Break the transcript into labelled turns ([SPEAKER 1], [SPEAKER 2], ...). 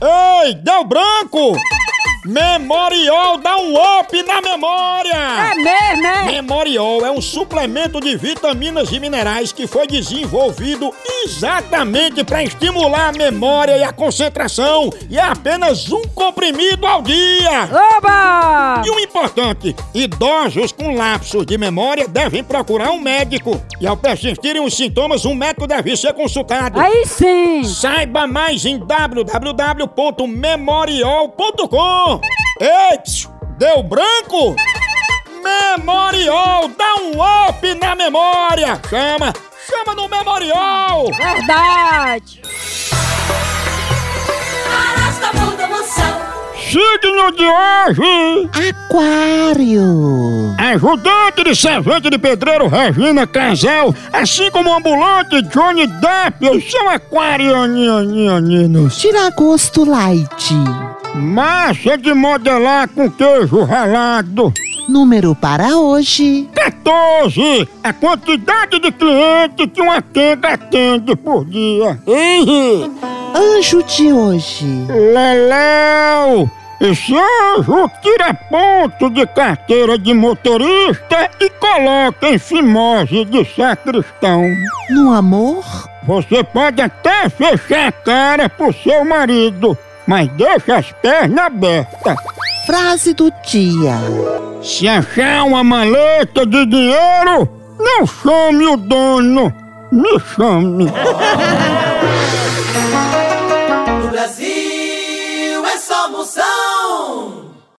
[SPEAKER 1] Ei, deu branco! Memorial dá um up na memória!
[SPEAKER 2] É mesmo, é?
[SPEAKER 1] Memorial é um suplemento de vitaminas e minerais que foi desenvolvido exatamente para estimular a memória e a concentração e é apenas um comprimido ao dia!
[SPEAKER 2] Oba!
[SPEAKER 1] E o importante, idosos com lapsos de memória devem procurar um médico e ao persistirem os sintomas, um médico deve ser consultado.
[SPEAKER 2] Aí sim!
[SPEAKER 1] Saiba mais em www.memorial.com. Ei, psiu, deu branco? Memorial, dá um up na memória. Chama, chama no Memorial.
[SPEAKER 2] Verdade!
[SPEAKER 3] Arrasta a bunda, moção.
[SPEAKER 1] Signo de hoje,
[SPEAKER 4] Aquário.
[SPEAKER 1] ajudante de servente de pedreiro Regina Casal, assim como o ambulante Johnny Depp, eles são aquarianianianos.
[SPEAKER 4] Tira gosto light.
[SPEAKER 1] Massa de modelar com queijo ralado.
[SPEAKER 4] Número para É hoje.
[SPEAKER 1] 14. A quantidade de cliente que uma tenda atende por dia. Ih,
[SPEAKER 4] Anjo de hoje.
[SPEAKER 1] Leléu. Esse anjo tira ponto de carteira de motorista e coloca em fimose de sacristão.
[SPEAKER 4] No amor.
[SPEAKER 1] Você pode até fechar a cara pro seu marido, mas deixa as pernas abertas.
[SPEAKER 4] Frase do dia.
[SPEAKER 1] Se achar uma maleta de dinheiro, não chame o dono, me chame.